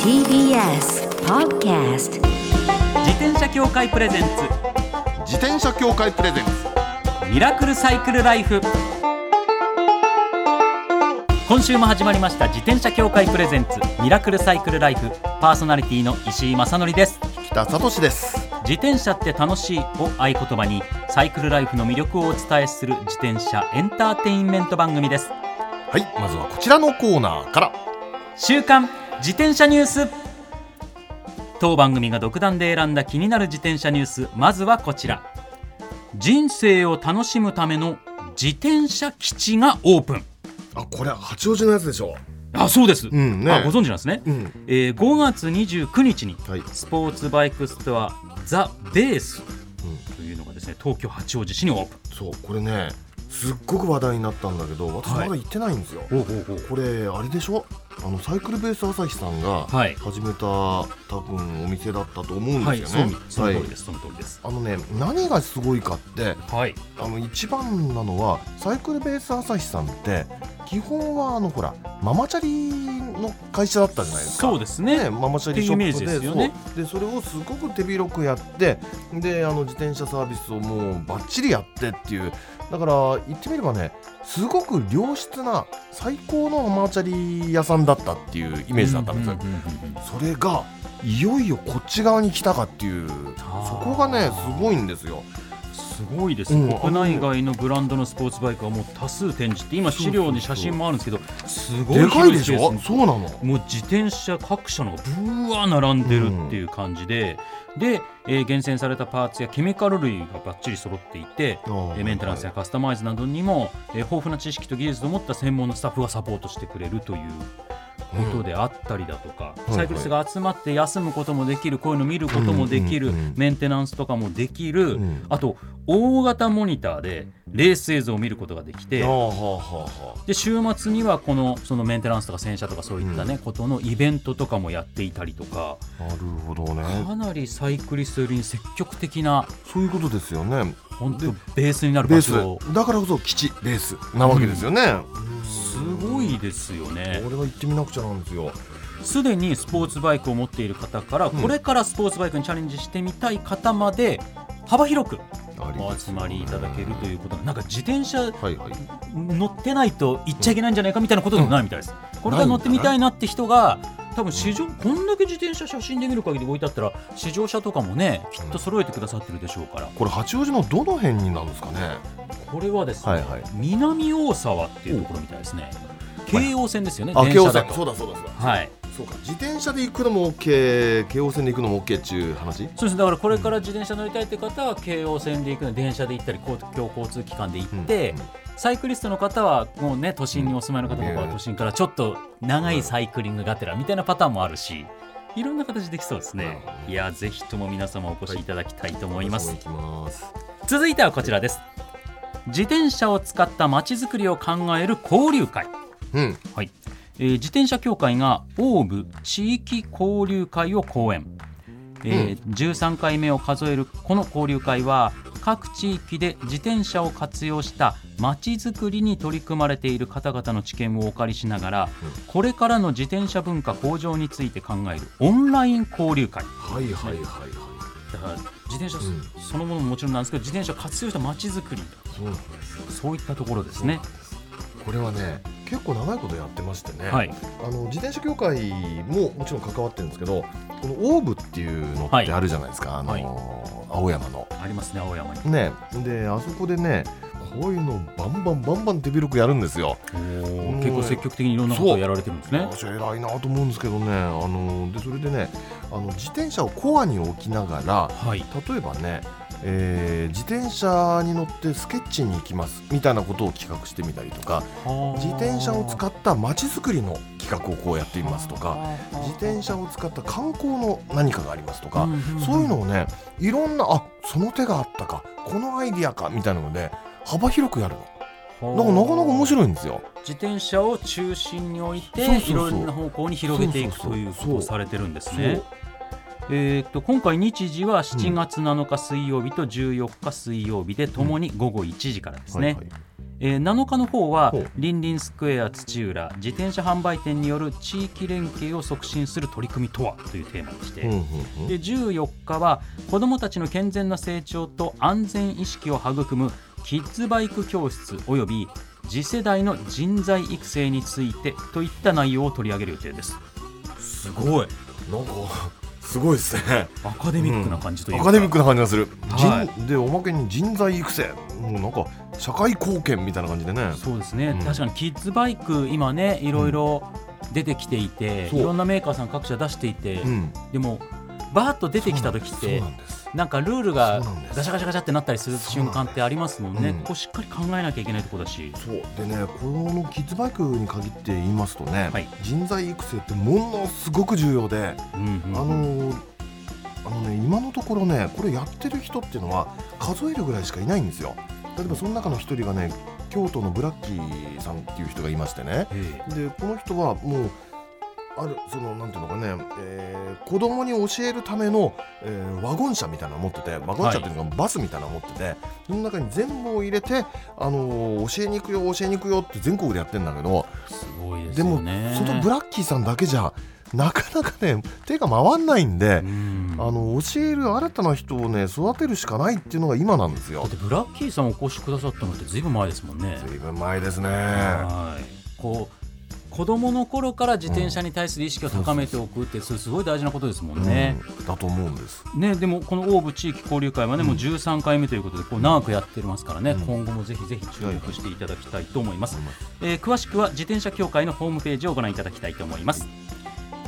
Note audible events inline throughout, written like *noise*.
TBS Podcast 自転車協会プレゼンツ自転車協会プレゼンツミラクルサイクルライフ今週も始まりました自転車協会プレゼンツミラクルサイクルライフパーソナリティの石井正則です北聡です自転車って楽しいを合言葉にサイクルライフの魅力をお伝えする自転車エンターテインメント番組ですはいまずはこちらのコーナーから週刊自転車ニュース当番組が独断で選んだ気になる自転車ニュースまずはこちら人生を楽しむための自転車基地がオープンあこれ八王子のやつでしょあそうです、うんねあご存知なんですね、んえー5月29日にはいスポーツバイクストアザ・ベースというのがですね東京八王子市にオープンそうこれねすっごく話題になったんだけど私まはいだ行ってないんですよ、ほうほうほうこれあれでしょあのサイクルベース朝日さんがはい始めた、多分お店だったと思うんはでいすそうよみその通りね、です、その通りですあのね何がすごいかってはいあの一番なのはサイクルベース朝日さんって基本はあのほらママチャリの会社だったじゃないですかそうですねね、ママチャリショッっていうイプでメージですよねそうでそれをすごく手広くやってであの自転車サービスをもうばっちりやってっていうだから言ってみればねすごく良質な最高のママチャリ屋さんだったっていうイメージだったんですよ、うんうんうんうんそれがいよいよこっち側に来たかっていうそあーこがねすごいんですよすごいです、うん国内外のブランドのスポーツバイクはもう多数展示って今資料に写真もあるんですけどすごいでか広いでスしペースょにそうなのもう自転車各社のがブワー並んでるっていう感じで、で、えー厳選されたパーツやケミカル類がばっちり揃っていて、あーえーメンテナンスやカスタマイズなどにも、えー豊富な知識と技術を持った専門のスタッフがサポートしてくれるという。ことであったりだとか、うんサイクリストが集まって休むこともできるこういうの見ることもできる、うんうんうんメンテナンスとかもできる、うんあと大型モニターでレース映像を見ることができて、あーはあはあはあで週末にはこのそのメンテナンスとか洗車とかそういったね、ことのイベントとかもやっていたりとかなるほどねかなりサイクリストよりに積極的なそういうことですよね本当ベースになるベ場所ースだからこそ基地ベースなわけですよね、すごいですよね俺は行ってみなくちゃなんですよすでにスポーツバイクを持っている方からんこれからスポーツバイクにチャレンジしてみたい方まで幅広くありおです集よねまりいただけるということなんか自転車はいはい乗ってないと行っちゃいけないんじゃないかみたいなことでもないみたいです。これから乗ってみたいなって人が多分市場こんだけ自転車写真で見る限り置いてあったら試乗車とかもねきっと揃えてくださってるでしょうからこれ八王子のどの辺になるんですかねこれはですね、はいはい南大沢っていうところみたいですねはい京王線ですよねあ京電王車だ線とそうだそうだそうだ、はいそうか自転車で行くのも OK 京王線で行くのも OK っていう話そうですねだからこれから自転車乗りたいって方は京王線で行くの電車で行ったり公共交通機関で行って、うんサイクリストの方はもうね都心にお住まいの方とかうはん都心からちょっと長いサイクリングがてらみたいなパターンもあるしいろんな形できそうですなるねほどいねやぜひとも皆様お越しいただきたいと思います、行きます続いてはこちらです自転車を使ったまちづくりを考える交流会うんはい、えー自転車協会がオーブ地域交流会を講演、えー13回目を数えるこの交流会は各地域で自転車を活用したまちづくりに取り組まれている方々の知見をお借りしながらこれからの自転車文化向上について考えるオンライン交流会はいはいはいはいだから自転車うんそのものももちろんなんですけど自転車を活用したまちづくりそうなんでそういったところですすね。これはね結構長いことやってましてね、はい、あの自転車協会ももちろん関わってるんですけどこのオーブっていうのってあるじゃないですか、はいあのー青山の。ありますね青山にねであそこでねこういうのバンバンバンバン手広くやるんですよ。ー結構積極的にいろんなことをやられてるんですね。私は偉いなと思うんですけどねあのーでそれでねあの自転車をコアに置きながらはい例えばね、えー自転車に乗ってスケッチに行きますみたいなことを企画してみたりとか自転車を使ったまちづくりの企画をこうやってみますとか。自転車を使った観光の何かがありますとか、うんうんうんそういうのをねいろんなあその手があったかこのアイディアかみたいなので幅広くやるのなんかなかなか面白いんですよ。自転車を中心に置いてそうそうそういろんな方向に広げていくとそうそうそういうことをされてるんですそねう。えーっと今回日時は7月7日水曜日と14日水曜日でともに午後1時からですね。はいはいえー7日の方はほうリンリンスクエア土浦自転車販売店による地域連携を促進する取り組みとはというテーマにして、うんうんうんで14日は子どもたちの健全な成長と安全意識を育むキッズバイク教室および次世代の人材育成についてといった内容を取り上げる予定ですすごいなんかすごいですねアカデミックな感じというアか、カデミックな感じがする、はい人でおまけに人材育成もうなんか社会貢献みたいな感じでねそうですね、うん確かにキッズバイク今ねいろいろ出てきていて、そういろんなメーカーさん各社出していて、うんでもバーッと出てきた時っそうてなんですなんかルールがそうなんですガチャガチャガチャってなったりする瞬間ってありますもんね、うんここしっかり考えなきゃいけないとこだしそうでねこのキッズバイクに限って言いますとね、はい人材育成ってものすごく重要で、うんうんうんあのーあのね今のところねこれやってる人っていうのは数えるぐらいしかいないんですよ例えばその中の一人がね京都のブラッキーさんっていう人がいましてねえでこの人はもうあるそのなんていうのかね、えー子供に教えるための、えーワゴン車みたいなの持っててワゴン車っていうのがバスみたいなの持ってて、その中に全部を入れて、あのー教えに行くよ教えに行くよって全国でやってんだけどえすごいですでよもねそのブラッキーさんだけじゃなかなかね手が回んないんで、うんあの教える新たな人をね育てるしかないっていうのが今なんですだよっ。てブラッキーさんお越しくださったのってずいぶん前ですもんねずいぶん前ですね。はいこう子供の頃から自転車に対する意識を高めておくってそれすごい大事なことですもんね、うん、だと思うんです。ね、でもこのオーブ地域交流会はね、もう13回目ということでこう長くやってますからね、うん今後もぜひぜひ注目していただきたいと思いますはい、えー詳しくは自転車協会のホームページをご覧いただきたいと思います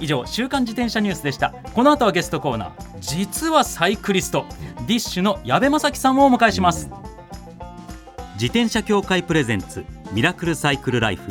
以上週刊自転車ニュースでしたこの後はゲストコーナー実はサイクリストディッシュの矢部正樹さんをお迎えします自転車協会プレゼンツミラクルサイクルライフ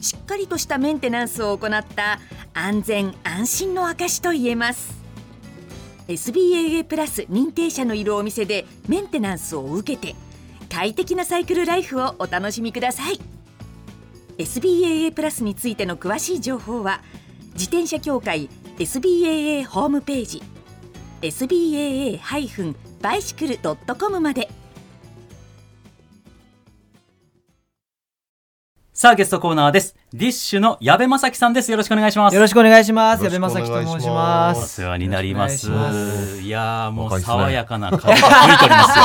しっかりとしたメンテナンスを行った安全安心の証と言えます SBAA プラス認定者のいるお店でメンテナンスを受けて快適なサイクルライフをお楽しみください SBAA プラスについての詳しい情報は自転車協会 SBAA ホームページ SBAA-bicycle.com までさあゲストコーナーですディッシュの矢部正樹さんですよろしくお願いしますよろしくお願いします。よ矢ろし部くお正願い樹しとます申しまおす。世話になります。よいろしくお願いしやーも若ういっすね爽やかな風が吹いておりますよ。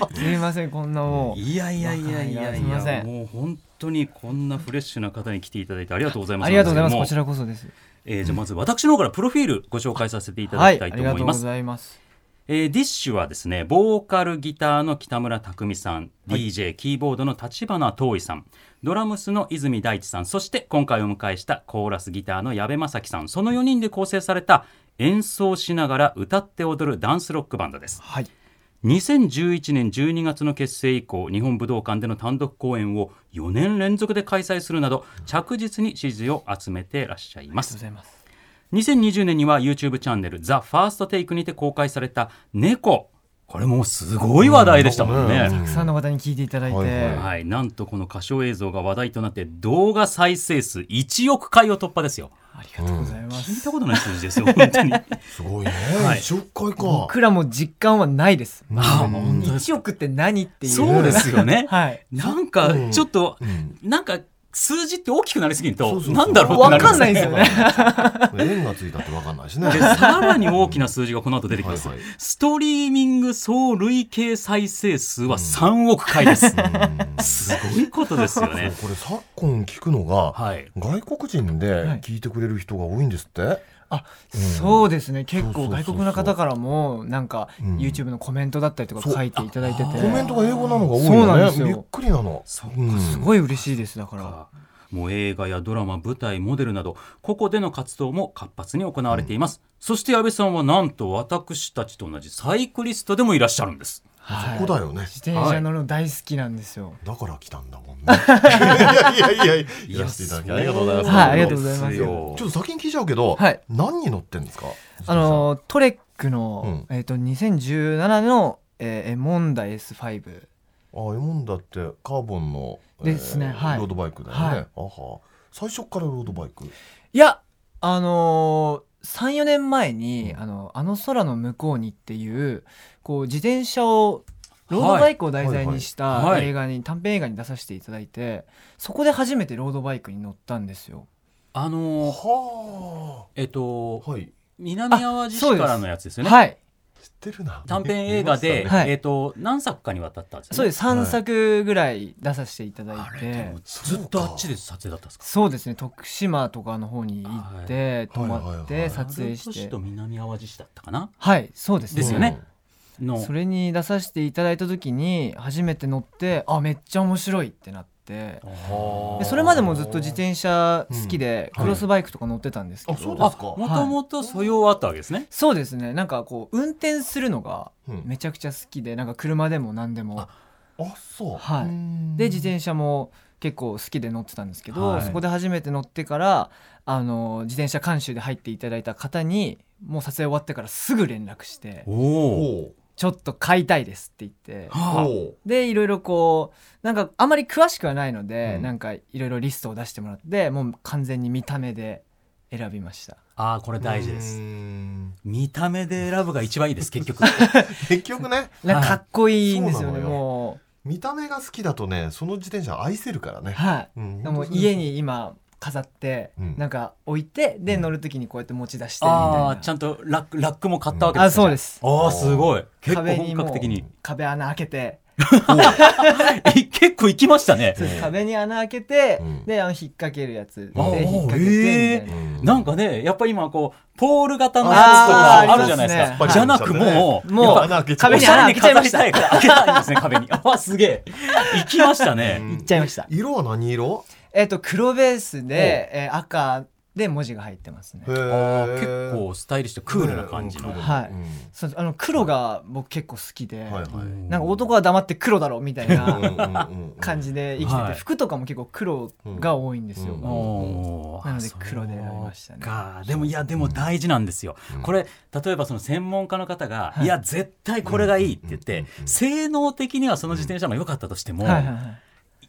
ますすみません、こんなもう。いやいやいやいやすいまいせや、んもう本当にこんなフレッシュな方に来ていただいてありがとうございます。ありがとうございます。なんこですちけども。らこそです。えーじゃあまず私の方からプロフィールご紹介させていたはだきい、たあいとりが思いとうごます。ざいます。えーディッシュはですね、ボーカルギターの北村匠海さん、はい DJ キーボードの立花遠さん、ドラムスの泉大地さん、そして今回お迎えしたコーラスギターの矢部正樹さん、その4人で構成された演奏しながら歌って踊るダンスロックバンドです。はい。 2011年12月の結成以降日本武道館での単独公演を4年連続で開催するなど着実に支持を集めてらっしゃいまありがとうごすざいます。 2020年には YouTube チャンネル「ザ・ファーストテイクにて公開された「猫」これもうすごい話題でしたもんね、うんたくさんの方に聞いていただいて、はいはいはい、なんとこの歌唱映像が話題となって動画再生数1億回を突破ですよありがとうございま聞いす。たことない数字ですよ本当 *laughs* にすごいね。はい紹介か。僕らも実感はないです。ああもう本当です1億って何っていう。そうですよねはい。なんかちょっとうんなんか数字って大きくなりすぎるそとうそうそうなんだろうってなわりまかんすなねいですよね。円がついたってわかんないしね。でさらに大きな数字がこの後出てきます、はいはいストリーミング総累計再生数は3億回です、うんすごいことですよねこれ昨今聞くのが、はい外国人で聞いてくれる人が多いんですって。あ、うんそうですね。結そうそう構そうそう外国の方からもなんかうん YouTube のコメントだったりとかそう書いていただいてて、コメントが英語なのが多いそうなんよでね。すよびっくりなの。そうかうんすごい嬉しいですだから。もう映画やドラマ舞台モデルなどここでの活動も活発に行われています、そして安倍さんはなんと私たちと同じサイクリストでもいらっしゃるんですはいそこだよね。自転車乗るの大好きなんですよ。だから来たんだもんね。いやいやいやいや、いらしていただきありがとうございます。はいありがとうございますそうなんでちょっと先に聞いちゃうけど、はい何に乗ってんですか。あのトレックの、うえっ、と2017の、えー、エモンダ S5 あ、エモンだってカーボンのですねはいロードバイクだよはねい。あは。最初からロードバイク。いやあのー、34年前に、うんあの「あの空の向こうに」っていうこう自転車をロードバイクを題材にしはいはたい映画に短編映画に出させていただいてそこで初めてロードバイクに乗ったんですよ。あのーはえっと、あ。はい。南淡路市からのやつですよねはい知ってるな。短編映画で、見ましたねはいえっと何作かにわたったんですよねそうです3い作ぐらい出させていただいあて、れでもずっとあっちで撮影だったんですかそうですね徳島とかの方に行って、はい泊まっはいはいはいて撮影鳴門し市てと南淡路市だったかなはいそうですねですよね。のそれに出させていただいた時に初めて乗ってあめっちゃ面白いってなってあでそれまでもずっと自転車好きでうんクロスバイクとか乗ってたんですけあそうど、だもですかともと素養はあったわけですね、そうですねなんかこう運転するのがうんうんめちゃくちゃ好きでなんか車でも何でもあ、そう。はいいで自転車も結構好きで乗ってたんですけど、はいそこで初めて乗ってからあの自転車監修で入っていただいた方にもう撮影終わってからすぐ連絡しておおおう「ちょっと買いたいです」って言って。はおうでいろいろこうなんかあまり詳しくはないので、うんなんかいろいろリストを出してもらってもう完全に見た目で選びましたああーこれ大事でうすん見た目で選ぶが一番いいです結局 *laughs* 結局ねなんかかっこいいんですよそねうなのよも見た目が好きだとねその自転車愛せるからうね、はうんいでも家に今飾って、うんなんか置いてでうん乗る時にこうやって持ち出してみたいなああちゃんとラックラックも買ったわけですあそうですすああすごい結構壁に本も格的に壁穴開けて *laughs* え結構行きましたねそうでええす壁に穴開けて、うんであの引っ掛けるやつあーで引っ掛けてみたいな、うんなんかねやっぱ今こうポール型のやつとあーかあるじゃないですありかますねじゃなくもうもうやっぱ開け壁おにしゃ穴れに開けち飾ゃいまりしたたいから開けたいんですね壁にあ *laughs* ーすげえ行きましたね行っちゃいました色は何色えっ、と黒ベースで、えー赤で文字が入ってますねへあーー結構スタイリッシュでクールな感じのうんはいうんそうあの黒が僕結構好きはで、いはなんか男は黙って黒だろみたいない感じで生きてて、はい服とかも結構黒が多いんですよ、うんもおーなので黒で選びましたねそうかでもいやでも大事なんですよ、これ例えばその専門家の方が、、はいいや絶対これがいいって言って、うんうん性能的にはその自転車の方が良かったとしても、うはいはいはい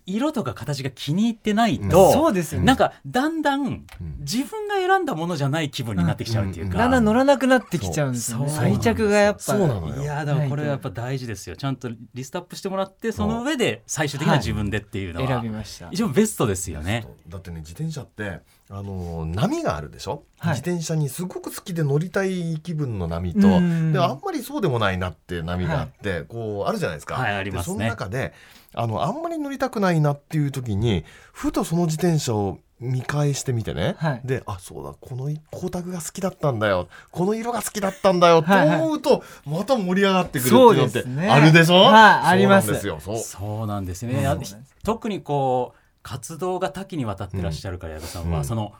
色とか形が気に入ってないうんと、そうですよねななんかだんだん自分が選んだものじゃない気分になってきちゃうっていうか、うだんだん乗らなくなってきちゃうんですよねそうそうなんで愛すよ着がやっぱそうなのよいやでもこれはやっぱ大事ですよちゃんとリストアップしてもらってその上で最終的な自分でっていうのは、選びました一応ベストですよね。だってね自転車ってあのー波があるでしょ、はい自転車にすごく好きで乗りたい気分の波とうであんんまりそうでもないなって波があって、こうあるじゃないですか、はいありますねでその中であのあんまり乗りたくないなっていう時にふとその自転車を見返してみてね、はいであそうだこの光沢が好きだったんだよこの色が好きだったんだよとはいはい思うと、また盛り上がってくるってそういうのでってすねあるでしょはいありますそうなんですよそうそうなんですうんね、あのそうなんです特にこう活動が多岐にわたってらっしゃるから矢部さんは、うんその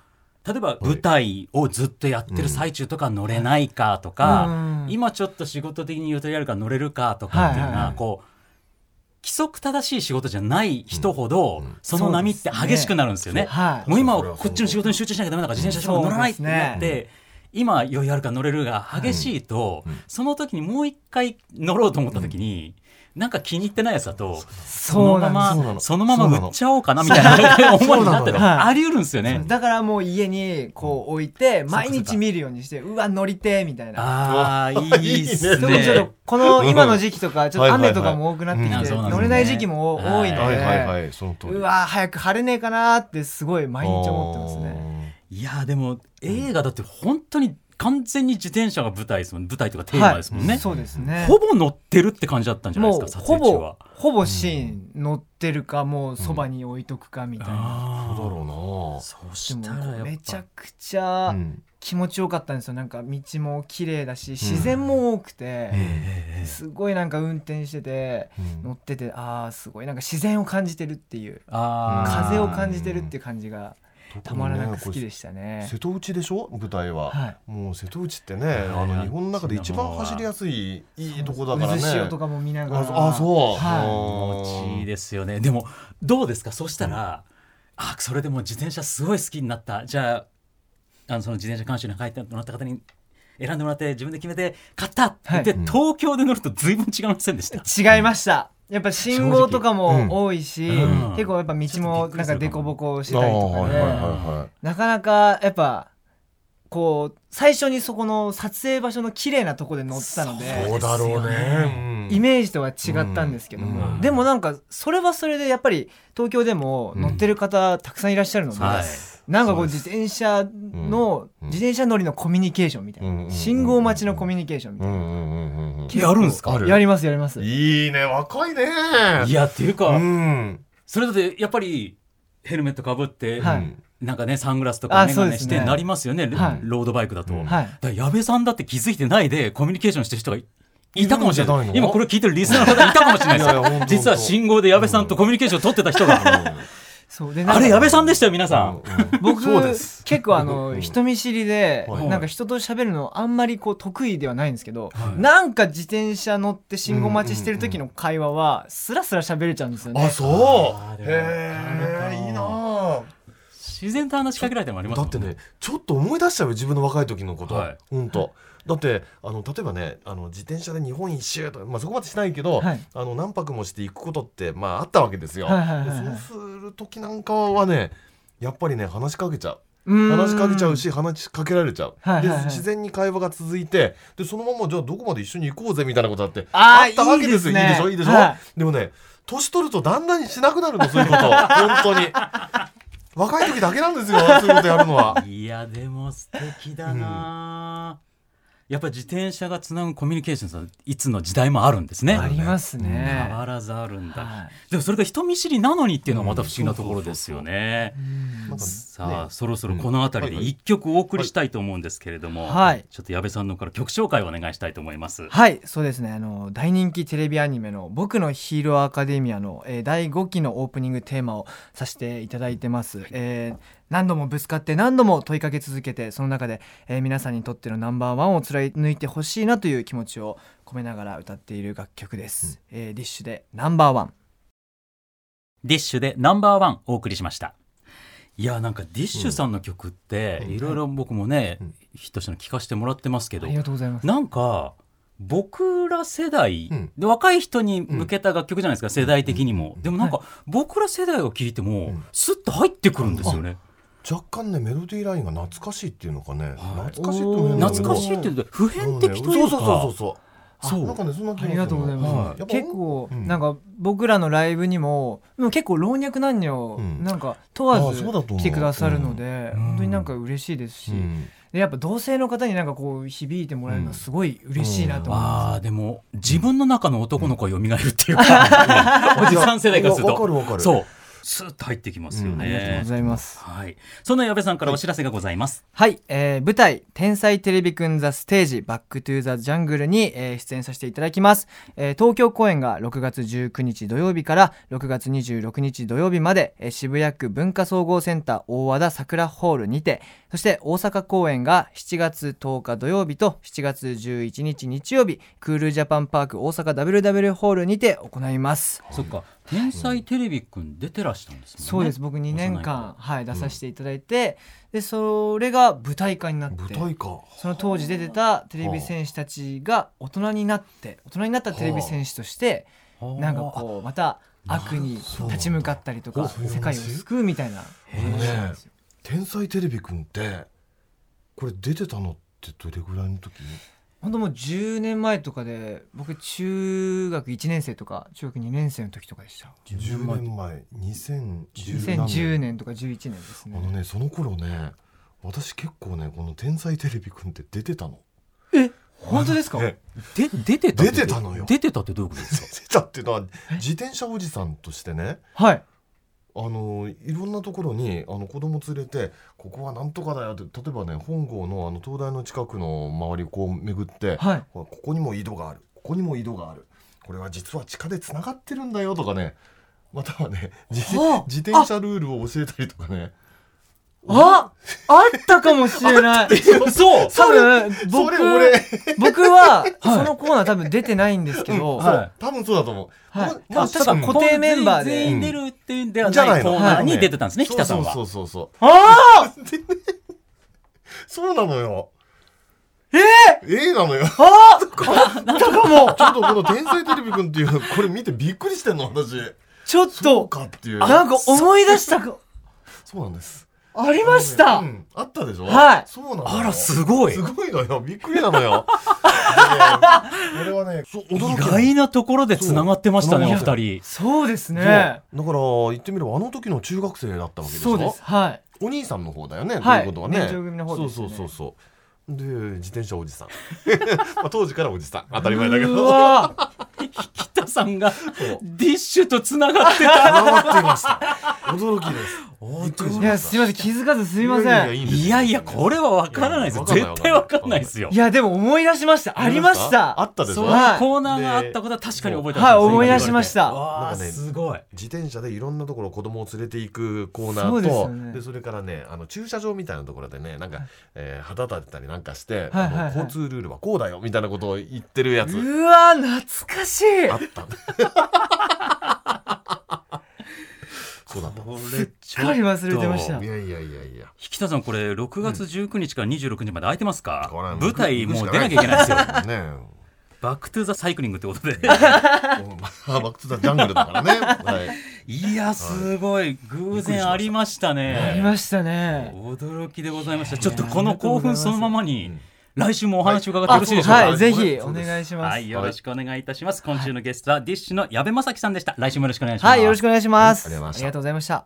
例えば舞台をずっとやってる最中とか乗れないかとか、うん今ちょっと仕事的にゆとりあるから乗れるかとかっていうのは、はいはいはいこう規則正しい仕事じゃない人ほど、うんその波って激しくなるんですよね。はいもう今それははそうこっちの仕事に集中しなきゃダメだから自転車しか乗らないってなっそうて、今余裕あるから乗れるが激しいと、うんうんその時にもう一回乗ろうと思った時に、なんか気に入ってないやつだとそそのうなまんですそまそうなののまま売っちゃおうかなみたいな思いになってそるうなのよあり得るんですよね。だからもう家にこう置いてっか毎日見るようにしてうわ乗りてえみたいなああいいっすでもちょっねと。この今の時期とかちょっと雨とかも多くなってはいきはいてはいうん乗れない時期も多いえのーはいはいではいその通りうわ早く晴れねえかなってすごい毎日思ってますねねいやーでも映画だって本当に完全に自転車が舞台ですもん舞台とかテーマですもんね、はいそうですねほぼ乗ってるって感じだったんじゃないもでうすか撮ほ影中はぼ。ほぼシーン乗ってるかもうそばに置いとくかみたいな、そうだあろあそうでしたらやっもぱめちゃくちうなゃうん気持ちよかったんですよなんか道も綺麗だし自然も多くて、ええすごいなんか運転してて乗っててああすごいなんか自然を感じてるっていうあー風を感じてるっていう感じがたまらなく好きでしたね。瀬戸内でしょ舞台は、はいもう瀬戸内ってね、あの日本の中で一番走りやすいいいとこだからね渦潮とかも見ながらああそうは気持ちいいですよねでもどうですかそしたら、あそれでもう自転車すごい好きになったじゃああのその自転車監修に入ってもらった方に選んでもらって自分で決めて買ったって言って、はい東京で乗ると随分違いませんでした。い、違いましたやっぱ信号とかも多いし、うん結構やっぱ道もなんか凸凹してたりとかはいで、はいはいはいなかなかやっぱこう最初にそこの撮影場所の綺麗なとこで乗ってたのそでうだろうねイメージとは違ったんですけども、うんでもなんかそれはそれでやっぱり東京でも乗ってる方たくさんいらっしゃるので、はいなんかこう自転車の、うん自転車乗りのコミュニケーションみたいな、うん信号待ちのコミュニケーションみたういな、んうんうんうんうん結構やるんすかあるやりますやりますいいね若いねいやっていうか、うんそれだってやっぱりヘルメットかぶって、はいなんかねサングラスとあか眼そう鏡ですしねてなりますよねロはいロードバイクだと。うんだかはいら矢部さんだって気づいてないでコミュニケーションしてる人がいいたかもしれいなるんいじゃない今のこれ聞いてるリスナーの方いたかもしれないですいやいやほんよと実は信号で矢部さんとコミュニケーション取ってた人が *laughs* そうでなあんかれ矢部さんでしたよ皆さん僕そうです結構あの人見知りではいなんか人と喋るのあんまりこう得意ではないんですけどはいなんか自転車乗って信号待ちしてる時の会話はスラスラ喋れちゃうんですよねあ *laughs* そあーうでもへえいいなあ自然と話しかけられてもありますだってねちょっと思い出しちゃうよ自分の若い時のこと、はい本当だってあの例えばねあの自転車で日本一周とか、まあ、そこまでしないけど、はいあの何泊もして行くことって、まあ、あったわけですよ、はいはいはいはいでそうする時なんかはねやっぱりね話しかけちゃう話話しかけちゃうし話しかけられちゃう、はいはいはいで自然に会話が続いてでそのままじゃあどこまで一緒に行こうぜみたいなことだってあーったわけですよいいでですねしょいいでしょ、はでもね年取るとだんだんにしなくなるのそういうこと本当 *laughs* に若い時だけなんですよそういうことやるのは。いやでも素敵だな、やっぱ自転車がつなぐコミュニケーションさいつの時代もあるんですねありますね変わらずあるんだ、はでもそれが人見知りなのにっていうのはまた不思議なところですよね。なんかねさあ、そろそろこの辺りで一曲お送りしたいと思うんですけれども、はいちょっと矢部さんの方から曲紹介をお願いしたいと思います。はいそうですねあの大人気テレビアニメの「僕のヒーローアカデミアの」えー第5期のオープニングテーマをさせていただいてます、えー何度もぶつかって何度も問いかけ続けてその中で、えー皆さんにとってのナンバーワンを貫いてほしいなという気持ちを込めながら歌っている楽曲です、えーディッシュで「ナンバーワンディッシュでナンバーワンお送りしました。いやなんかディッシュさんの曲ってうんいろいろ僕もね、うんヒットしたの聞かせてもらってますけ」あどり、がとうございますなんか僕ら世代、うんで若い人に向けた楽曲じゃないですか、世代的にも、でもなんか、僕ら世代を聞いても、んスッと入ってくるんですよね。若干ねメロディーラインが懐かしいっていうのかね、はい懐かしいっていうの懐かしいって言うと普遍的というかそうそうそうそうそうなんかねそんな気ありがとうございはます、やっぱ結構、うんなんか僕らのライブにもでも結構老若男女、うんなんか問わあずそうだと思う来てくださるので、うん本当になんか嬉しいですし、うんでやっぱ同性の方になんかこう響いてもらえるのはすごい嬉しいなと思います、あーでも自分の中の男の子が蘇るっていうか、おじさん世代からするとわかるわかるそうスッと入ってきますようんありがとうねご、ざいます、はい、そんな矢部さんからお知らせがございます、はい、えー舞台「天才テレビくんザステージバックトゥーザジャングルに」えー出演させていただきます、えー東京公演が6月19日土曜日から6月26日土曜日まで、えー渋谷区文化総合センター大和田桜ホールにてそして大阪公演が7月10日土曜日と7月11日日曜日クールジャパンパーク大阪 WW ホールにて行いますそっか天才テレビくん出てらしたんですもんねそうです僕2年幼い間、はい、出させていただいて、でそれが舞台化になって舞台かその当時出てたテレビ戦士たちが大人になって大人になったテレビ戦士としてなんかこうまた悪に立ち向かったりとかそう世界を救うみたいな話なんですよ。天才テレビくんってこれ出てたのってどれぐらいの時本当もう10年前とかで僕中学1年生とか中学2年生の時とかでした10年前2010 2010年年とか11年ですあねのねその頃ね私結構ねこの「天才テレビくん」って出てたの本当ですかえで出てたって出てたのよ出てたってどういうことです出 *laughs* てたっていうのは自転車おじさんとしてねはいあのいろんなところにあの子供連れてここはなんとかだよって例えばね本郷のあの東大の近くの周りをこう巡って、はいほらここにも井戸があるここにも井戸があるこれは実は地下でつながってるんだよとかねまたはね自はあ自転車ルールを教えたりとかねああったかもしれないそう多 *laughs* 分そ僕れ俺、 *laughs* 僕はそのコーナー多分出てないんですけど、はいそう多分そうだと思う、はいももう確かに固定メンバーで全員出るっていうんではじゃなないいのコーナーはにい出てたんですね、北さんは。そうそうそうそうあ *laughs* そうなのよえー、ええなのよ *laughs* あちょっとこの「天才テレビくん」っていうこれ見てびっくりしてんの私ちょそうっとかっていうなんか思い出したかそうなんですありました、うんあったでしょはいそうなのよあら、すごい。すごいのよびっくり *laughs* なのよでねこれはねそう驚意きなの外なところで繋がってましたね、おそう二人。そうですそうねだから言ってみればあの時の中学生だったわけでしそうょですはいお兄さんの方だよね、はいということはね年長組の方ですそようねそうそうそうで自転車おじさん *laughs* まあ当時からおじさん当たり前だけうどわ北さんがそうディッシュと繋がってた。上がっていました驚きですびっくりしいまやしたすいません気づかずすいませんいやいいやいや、これはわからないですよ。いや絶対わかんないですよ。でも思い出しましたありましたあったでしそうょいうはいコーナーがあったことは確かに覚えてますはい思い出しましたわあ、なんかねすごい。自転車でいろんなところ子供を連れていくコーナーとそそうですよで、ねそれからねあの駐車場みたいなところでねなんか、えー旗立てたりなんかして、はいはいはいあの交通ルールはこうだよみたいなことを言ってるやつうわ懐かしいあった。そうだった。これ、すっかり忘れてましたいやいやいやいや。引田さん、これ、6月19日から26日まで空いてますか、これは舞台、もう行くし出かなきゃいけないですよ。ねえ。バ *laughs* ックトゥーザサイクリングってこと *laughs* で。もうまあバックトゥザジャングルだからね。はい。いや、すごい。偶然ありましたありね。ましたね驚きでございました。ちょっとこの興奮そのままにうん、来週もお話を伺ってよろしいでしょうか。あははいいぜひお願いしますははいい、よろしくお願いいたします。今週のゲストは、ディッシュの矢部正樹さんでした。来週もよろしくお願いします。はいよろしくお願いしますありがとうございましたありがとうございました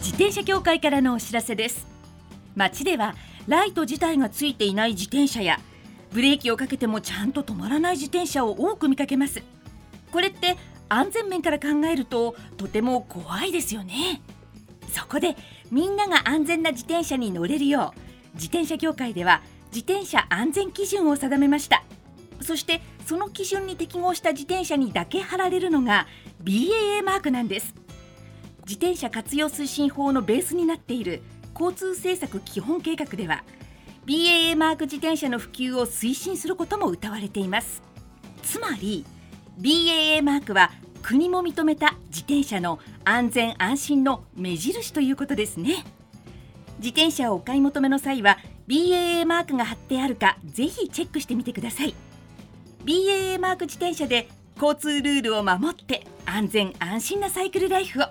自転車協会からのお知らせです街ではライト自体がついていない自転車やブレーキをかけてもちゃんと止まらない自転車を多く見かけますこれって安全面から考えるととても怖いですよねそこでみんなが安全な自転車に乗れるよう自転車協会では自転車安全基準を定めましたそしてその基準に適合した自転車にだけ貼られるのが BAA マークなんです自転車活用推進法のベースになっている交通政策基本計画では BAA マーク自転車の普及を推進することも謳われていますつまり BAA マークは国も認めた自転車の安全安心の目印ということですね自転車をお買い求めの際は BAA マークが貼ってあるかぜひチェックしてみてください BAA マーク自転車で交通ルールを守って安全安心なサイクルライフを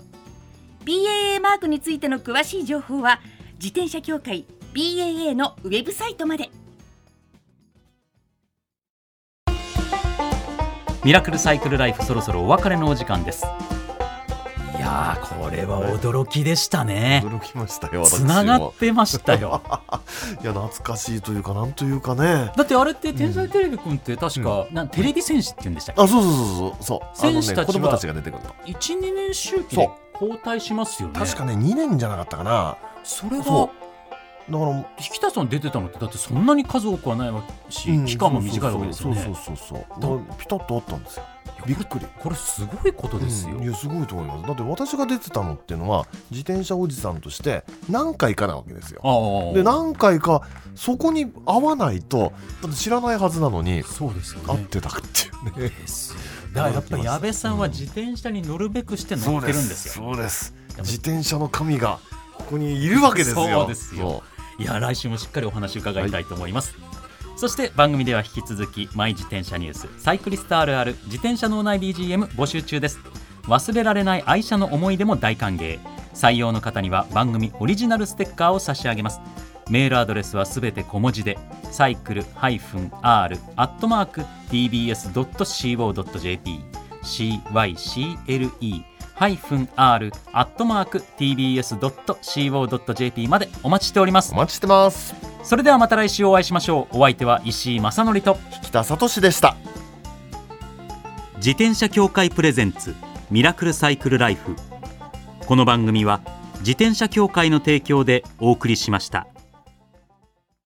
BAA マークについての詳しい情報は自転車協会 BAA のウェブサイトまでミラクルサイクルライフそろそろお別れのお時間ですいやーこれは驚きでしたね驚きましたよ。私つもながってましたよ *laughs* いや懐かしいというかなんというかね。だってあれって天才テレビくんって確か、なんテレビ戦士って言うんでしたっけあ、そうそうそうそうそう。あの選手ねたちは子供たちが出てくるの。 12年周期そでう交代しますよね確かね2年じゃなかったかな。それがそうだから引田さん出てたのってだってそんなに数多くはないわけし、うん期間も短いわけですよねそうそうそうそうそうそうだからピタッとあったんですよいびやっくりこれすごいことですよ、うんいやすごいと思いますだって私が出てたのっていうのは自転車おじさんとして何回かなわけですよああで何回かそこに合わないとだって知らないはずなのにそうですよね合ってたっていうねですだからやっぱり矢部さんは自転車に乗るべくして *laughs* 乗ってるんですよ、そうです自転車の神がここにいるわけですよそうですよいや来週もしっかりお話伺いたいと思います、そして番組では引き続きマイ自転車ニュースサイクリストあるある自転車脳内 BGM 募集中です忘れられない愛車の思い出も大歓迎採用の方には番組オリジナルステッカーを差し上げますメールアドレスはすべて小文字でサイクル -r-tbs.co.jp cycle-r-tbs.co.jp までお待ちしておりますお待ちしてますそれではまた来週お会いしましょうお相手は石井正則と北聡でした自転車協会プレゼンツミラクルサイクルライフこの番組は自転車協会の提供でお送りしました。